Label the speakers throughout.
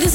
Speaker 1: This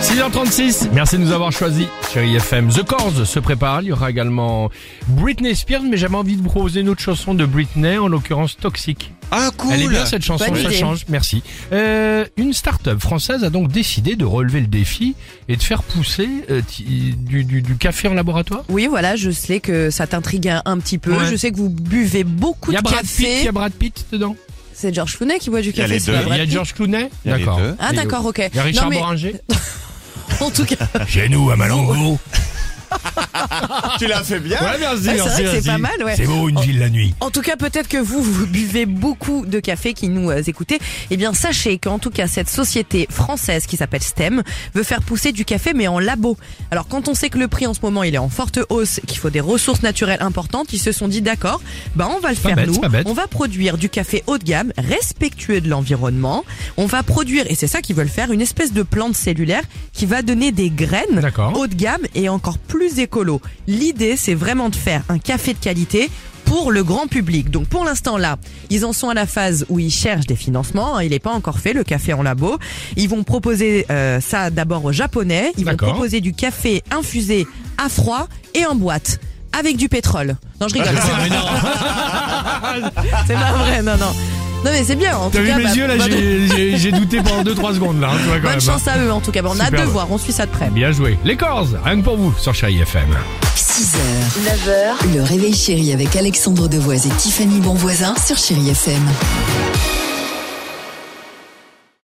Speaker 2: 6h36, merci de nous avoir choisis. Chérie FM, The Corrs se prépare. Il y aura également Britney Spears, mais j'avais envie de vous proposer une autre chanson de Britney, en l'occurrence Toxic.
Speaker 3: Ah cool.
Speaker 2: Elle est bien cette chanson,
Speaker 4: Bonne
Speaker 2: ça
Speaker 4: idée.
Speaker 2: change, merci. Euh, une start-up française a donc décidé de relever le défi et de faire pousser euh, ti- du, du- du café en laboratoire.
Speaker 4: Oui, voilà, je sais que ça t'intrigue un, un petit peu.
Speaker 2: Ouais.
Speaker 4: Je sais que vous buvez beaucoup
Speaker 2: Il y
Speaker 4: de
Speaker 2: a Brad Pitt, il y
Speaker 4: café.
Speaker 2: a Brad Pitt dedans.
Speaker 4: C'est George Clooney qui boit du
Speaker 5: y a
Speaker 4: café.
Speaker 5: les
Speaker 4: c'est
Speaker 5: deux.
Speaker 4: pas
Speaker 2: Il y
Speaker 4: Brad
Speaker 2: a
Speaker 4: Pitt
Speaker 2: George Clooney.
Speaker 5: Il y a les
Speaker 2: D'accord.
Speaker 5: deux.
Speaker 4: Ah d'accord, ok.
Speaker 2: Il y a Richard
Speaker 4: non mais
Speaker 2: Boranger.
Speaker 4: en tout cas,
Speaker 2: Chez nous à Malango.
Speaker 5: Tu l'as fait bien.
Speaker 2: Ouais, merci,
Speaker 4: Ouais, c'est
Speaker 2: merci,
Speaker 4: vrai que c'est
Speaker 2: merci.
Speaker 4: pas mal, ouais. Ah,
Speaker 2: C'est beau une ville la nuit.
Speaker 4: en tout cas, peut-être que vous, vous buvez beaucoup de café qui nous euh, écoutez. Eh bien, sachez qu'en tout cas, cette société française qui s'appelle STEM veut faire pousser du café, mais en labo. Alors, quand on sait que le prix en ce moment, il est en forte hausse, qu'il faut des ressources naturelles importantes, ils se sont dit, d'accord, bah, on va le
Speaker 2: pas
Speaker 4: faire
Speaker 2: bête,
Speaker 4: nous.
Speaker 2: c'est pas bête.
Speaker 4: On va produire du café haut de gamme, respectueux de l'environnement. On va produire, et c'est ça qu'ils veulent faire, une espèce de plante cellulaire qui va donner des graines
Speaker 2: D'accord.
Speaker 4: haut de gamme et encore plus écolo. L'idée, c'est vraiment de faire un café de qualité pour le grand public. Donc pour l'instant là, ils en sont à la phase où ils cherchent des financements. hein. Il n'est pas encore fait, le café en labo. Ils vont proposer euh, ça d'abord aux Japonais. Ils vont
Speaker 2: D'accord.
Speaker 4: proposer du café infusé à froid et en boîte. Avec du pétrole. Non, je rigole.
Speaker 2: Ah,
Speaker 4: c'est pas- C'est pas vrai, non, non. Non, mais c'est bien. En tout
Speaker 2: T'as vu
Speaker 4: cas,
Speaker 2: mes
Speaker 4: bah,
Speaker 2: yeux là
Speaker 4: bonne-
Speaker 2: J'ai- J'ai j'ai douté pendant 2-3 secondes là. hein, tu vois, quand
Speaker 4: bonne
Speaker 2: même, hein.
Speaker 4: chance à eux, en tout cas. Bah, on a
Speaker 2: Superbe.
Speaker 4: deux voir, on suit ça de près.
Speaker 2: Bien joué. Les Corses, rien que pour vous sur Chérie FM.
Speaker 4: 6h,
Speaker 1: 9h.
Speaker 4: le réveil chéri avec Alexandre Devoise et Tiffany Bonvoisin sur Chéri FM.